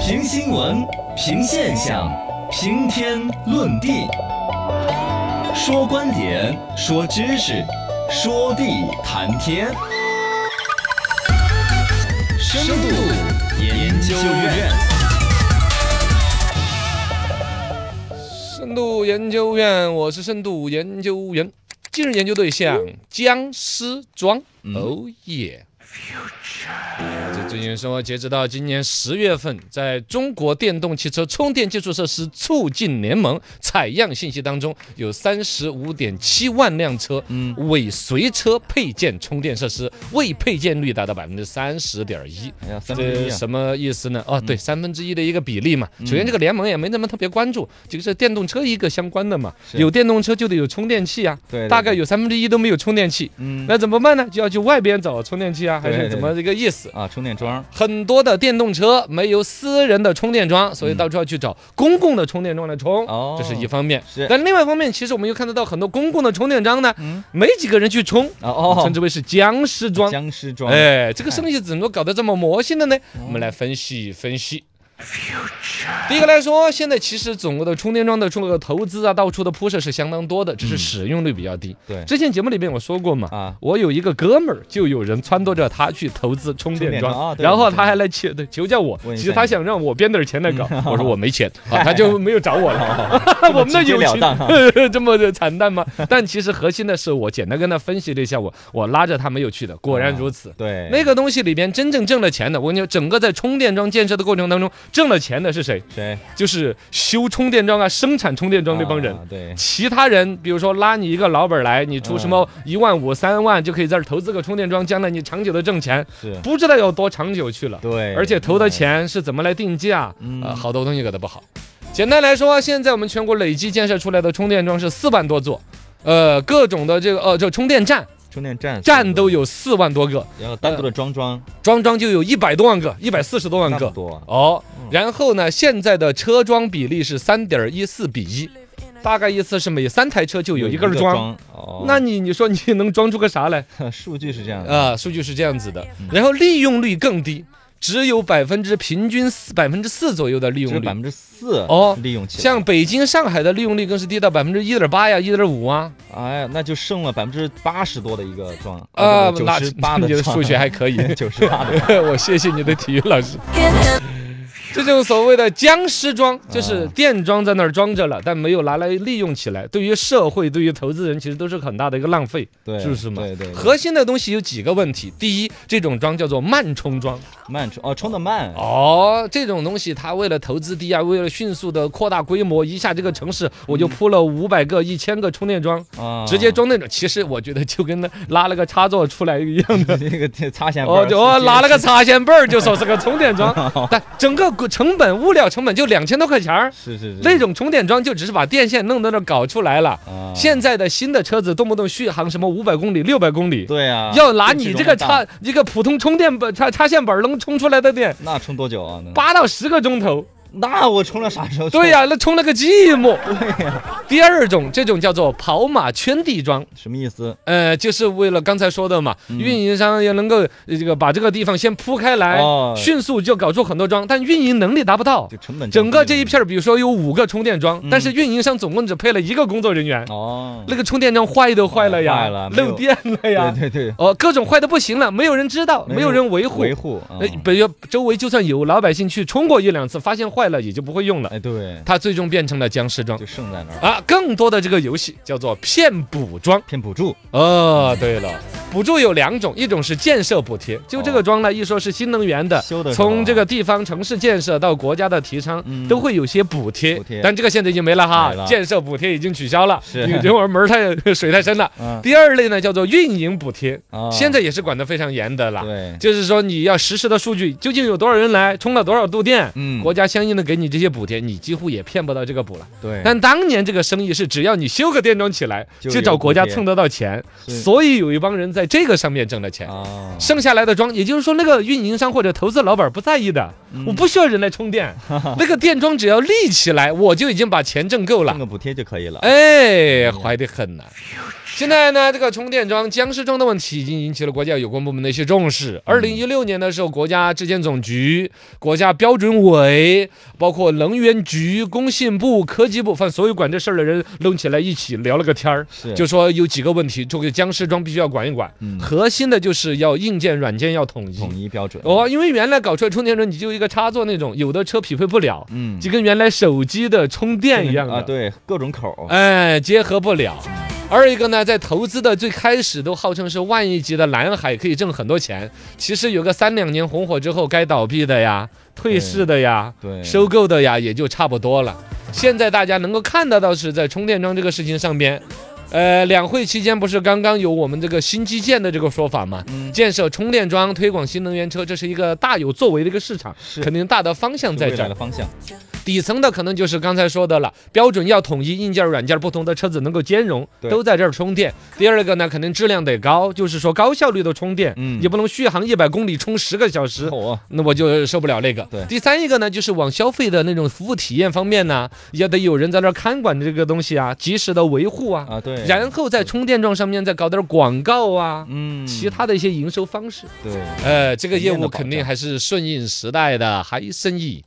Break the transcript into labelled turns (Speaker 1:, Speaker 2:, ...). Speaker 1: 评新闻，评现象，评天论地，说观点，说知识，说地谈天。深度研究院，
Speaker 2: 深度研究院，我是深度研究员。今日研究对象：僵尸庄。哦耶！这最近生活截止到今年十月份，在中国电动汽车充电基础设施促进联盟采样信息当中，有三十五点七万辆车
Speaker 1: 嗯
Speaker 2: 尾随车配件充电设施未配件率达到百分之三十点一。
Speaker 1: 哎呀，三分之
Speaker 2: 这
Speaker 1: 一啊！嗯
Speaker 2: 什么意思呢？哦，对，三分之一的一个比例嘛。首先，这个联盟也没那么特别关注，就是电动车一个相关的嘛。
Speaker 1: 是
Speaker 2: 有电动车就得有充电器啊，
Speaker 1: 对对
Speaker 2: 大概有三分之一都没有充电器，
Speaker 1: 嗯
Speaker 2: 那怎么办呢？就要去外边找充电器啊，还
Speaker 1: 对对
Speaker 2: 是怎么一个意思？
Speaker 1: 啊，充电桩，
Speaker 2: 很多的电动车没有私人的充电桩，所以到处要去找公共的充电桩来充
Speaker 1: 哦，
Speaker 2: 这是一方面
Speaker 1: 是。
Speaker 2: 但另外一方面，其实我们又看得到很多公共的充电桩呢
Speaker 1: 嗯，
Speaker 2: 没几个人去充，
Speaker 1: 啊哦，
Speaker 2: 称之为是僵尸桩。
Speaker 1: 僵尸桩，
Speaker 2: 哎，这个生意怎么搞得这么魔性的呢？
Speaker 1: 哦
Speaker 2: 我们来分析分析。第一个来说，现在其实总国的充电桩的这个投资啊，到处的铺设是相当多的，只是使用率比较低。
Speaker 1: 嗯对
Speaker 2: 之前节目里面我说过嘛，
Speaker 1: 啊，
Speaker 2: 我有一个哥们儿，就有人撺掇着他去投资充电
Speaker 1: 充电桩啊
Speaker 2: 桩，
Speaker 1: 对
Speaker 2: 然后
Speaker 1: 对
Speaker 2: 他还来求求教我，
Speaker 1: 问一
Speaker 2: 其
Speaker 1: 下嗯
Speaker 2: 实他想让我编点钱来搞，我说我没 钱，啊，他就没有找我了。
Speaker 1: 哦
Speaker 2: 我们的
Speaker 1: 直截
Speaker 2: 友
Speaker 1: 了
Speaker 2: 情
Speaker 1: 当啊
Speaker 2: 这么的惨淡吗？但其实核心的是我简单跟他分析了一下我，我拉着他没有去的，果
Speaker 1: 哦
Speaker 2: 然如此。
Speaker 1: 对，
Speaker 2: 那个东西里边真正挣了钱的，我跟你说，整个在充电桩建设的过程当中，挣了钱的是谁？
Speaker 1: 谁
Speaker 2: 就是修充电桩啊、生产充电桩那帮人。
Speaker 1: 啊对，
Speaker 2: 其他人，比如说拉你一个老板儿来，你出什
Speaker 1: 啊
Speaker 2: 么一万五、三万就可以在这儿投资个充电桩，将来你长久的挣钱，
Speaker 1: 是，
Speaker 2: 不知道有多长久去了。
Speaker 1: 对，
Speaker 2: 而且投的钱是怎么来定价？
Speaker 1: 嗯
Speaker 2: 呃，好多东西搞得不好。简单来说，现在我们全国累计建设出来的充电桩是四万多座，呃，各种的这个呃，这充电站
Speaker 1: 充电站
Speaker 2: 站都，有四万多个，
Speaker 1: 然后单独的桩桩
Speaker 2: 桩桩就有一百多万个，一百四十多万
Speaker 1: 差不
Speaker 2: 个。
Speaker 1: 多，嗯
Speaker 2: 哦，然后呢，现在的车桩比例是三点一四比一，大概意思是每三台车就有一根儿桩。，
Speaker 1: 哦，
Speaker 2: 那你你说你能装出个啥来？
Speaker 1: 数据是这样的，
Speaker 2: 啊，数据是这样子的，
Speaker 1: 嗯
Speaker 2: 然后利用率更低，只有百分之平均四百分之四左右的利
Speaker 1: 只有
Speaker 2: 用
Speaker 1: 百
Speaker 2: 率。
Speaker 1: 分之四
Speaker 2: 哦
Speaker 1: 利用起来，
Speaker 2: 像北京、上海的利用率更是低到百分之一点八呀、一点五啊，
Speaker 1: 哎，那就剩了百分之八十多的一个桩
Speaker 2: 啊，
Speaker 1: 九
Speaker 2: 那
Speaker 1: 十八的
Speaker 2: 你的
Speaker 1: 桩
Speaker 2: 数学还可以，
Speaker 1: 九十八的，
Speaker 2: 我谢谢你的体育老师。这种所谓的僵尸桩，
Speaker 1: 啊
Speaker 2: 就是电桩在那儿装着了，但没有拿来利用起来，对于社会、对于投资人，其实都是很大的一个浪费，
Speaker 1: 对，
Speaker 2: 是不是嘛？
Speaker 1: 对对，对
Speaker 2: 核心的东西有几个问题，第一，这种桩叫做慢充桩。
Speaker 1: 慢充哦，充的慢，
Speaker 2: 哦，这种东西，它为了投资低啊，为了迅速的扩大规模，一下这个城市我就铺了五百个、一千个充电桩，
Speaker 1: 嗯啊，。
Speaker 2: 直接装那种。其实我觉得就跟那拉了个插座出来一样的
Speaker 1: 这个擦线，
Speaker 2: 哦，就哦，拿了个插 线板儿，就说是个充电桩，但整个过成本物料成本就两千多块钱儿。
Speaker 1: 是是是
Speaker 2: 那种充电桩就只是把电线弄到那儿搞出来了。
Speaker 1: 嗯啊，
Speaker 2: 现在的新的车子动不动续航什么五百公里、六百公里，
Speaker 1: 对啊，
Speaker 2: 要拿你这个
Speaker 1: 电池容
Speaker 2: 插
Speaker 1: 量大，
Speaker 2: 一个普通充电板插插线板儿能充出来的电，
Speaker 1: 那充多久啊？那
Speaker 2: 八到十个钟头。
Speaker 1: 那我充了啥时候？
Speaker 2: 对、呀、那充了个寂寞。
Speaker 1: 对呀、
Speaker 2: 第二种，这种叫做跑马圈地桩，
Speaker 1: 什么意思？
Speaker 2: 呃，就是为了刚才说的嘛，
Speaker 1: 嗯
Speaker 2: 运营商也能够呃这个把这个地方先铺开来，
Speaker 1: 哦
Speaker 2: 迅速就搞出很多桩，但运营能力达不到
Speaker 1: 就。成本
Speaker 2: 整个这一
Speaker 1: 降低
Speaker 2: 片儿，比如说有五个充电桩，但是运营商总共只配了一个工作人员，
Speaker 1: 了嗯哦，
Speaker 2: 那个充电桩坏都坏了呀，
Speaker 1: 坏了没有
Speaker 2: 漏电了呀，
Speaker 1: 对对对，
Speaker 2: 哦，各种坏的不行了，没有人知道，没有人维护
Speaker 1: 维。护，
Speaker 2: 那
Speaker 1: 嗯
Speaker 2: 比如周围就算有老百姓去充过一两次，发现坏了也就不会用了，
Speaker 1: 哎对，
Speaker 2: 它最终变成了僵尸桩。
Speaker 1: 就剩在那儿
Speaker 2: 啊，更多的这个游戏叫做骗补装。
Speaker 1: 骗补助，
Speaker 2: 哦，对了，补助有两种，一种是建设补贴，就这个桩呢，一说是新能源的
Speaker 1: 哦修的，时候啊嗯
Speaker 2: 从这个地方城市建设到国家的提倡，都会有些补贴
Speaker 1: 补贴，
Speaker 2: 但这个现在已经没了哈
Speaker 1: 没，了
Speaker 2: 建设补贴已经取消了，
Speaker 1: 是
Speaker 2: 因为这会儿门儿太 水太深了。
Speaker 1: 嗯
Speaker 2: 第二类呢叫做运营补贴，
Speaker 1: 啊，
Speaker 2: 现在也是管得非常严的了。
Speaker 1: 对，
Speaker 2: 就是说你要实时的数据，究竟有多少人来充了多少度电，
Speaker 1: 嗯
Speaker 2: 国家相应的给你这些补贴，你几乎也骗不到这个补了。
Speaker 1: 对，啊
Speaker 2: 但当年这个生意是，只要你修个电桩起来，
Speaker 1: 就
Speaker 2: 就
Speaker 1: 有
Speaker 2: 找国家
Speaker 1: 补贴
Speaker 2: 蹭得到钱，
Speaker 1: 是
Speaker 2: 所以有一帮人在这个上面挣了钱。
Speaker 1: 啊，
Speaker 2: 剩下来的桩，也就是说，那个运营商或者投资老板不在意的，
Speaker 1: 嗯
Speaker 2: 我不需要人来充 电，那个电桩只要立起来，我就已经把钱挣够
Speaker 1: 挣
Speaker 2: 了。
Speaker 1: 个补贴就可以了，
Speaker 2: 哎，坏得很呐、现在呢，这个充电桩、僵尸桩的问题已经引起了国家有关部门的一些重视。二零一六年的时候，国家质检总局、国家标准委，包括能源局、工信部、科技部，反正所有管这事儿的人弄起来一起聊了个天儿，
Speaker 1: 是
Speaker 2: 就说有几个问题，这个僵尸桩必须要管一管。
Speaker 1: 嗯，
Speaker 2: 核心的就是要硬件、软件要统一。
Speaker 1: 统一标准。
Speaker 2: 哦，因为原来搞出来充电桩，你就一个插座那种，有的车匹配不了，
Speaker 1: 嗯，
Speaker 2: 就跟原来手机的充电一样的。
Speaker 1: 啊，对，各种口儿。
Speaker 2: 哎，结合不了。二一个呢，在投资的最开始都号称是万亿级的蓝海，可以挣很多钱。其实有个三两年红火之后，该倒闭的呀、退市的呀、
Speaker 1: 对，
Speaker 2: 收购的呀，也就差不多了。现在大家能够看得到是在充电桩这个事情上边，呃，两会期间不是刚刚有我们这个新基建的这个说法嘛？
Speaker 1: 嗯，
Speaker 2: 建设充电桩，推广新能源车，这是一个大有作为的一个市场，
Speaker 1: 是
Speaker 2: 肯定大的方向
Speaker 1: 是
Speaker 2: 在
Speaker 1: 未
Speaker 2: 这
Speaker 1: 来
Speaker 2: 儿
Speaker 1: 的。方向。
Speaker 2: 底层的可能就是刚才说的了，标准要统一，硬件、软件不同的车子能够兼容，
Speaker 1: 对
Speaker 2: 都在这儿充电。第二个呢，肯定质量得高，就是说高效率的充电，
Speaker 1: 嗯
Speaker 2: 也不能续航一百公里充十个小时。
Speaker 1: 哦，
Speaker 2: 那我就受不了那个
Speaker 1: 对。
Speaker 2: 第三一个呢，就是往消费的那种服务体验方面呢，也得有人在那儿看管这个东西啊，及时的维护啊，
Speaker 1: 啊，对。
Speaker 2: 然后在充电桩上面再搞点广告啊，
Speaker 1: 嗯，
Speaker 2: 其他的一些营收方式。
Speaker 1: 对，
Speaker 2: 呃，这个业务
Speaker 1: 体验的保
Speaker 2: 肯
Speaker 1: 障
Speaker 2: 定还是顺应时代的，还生意。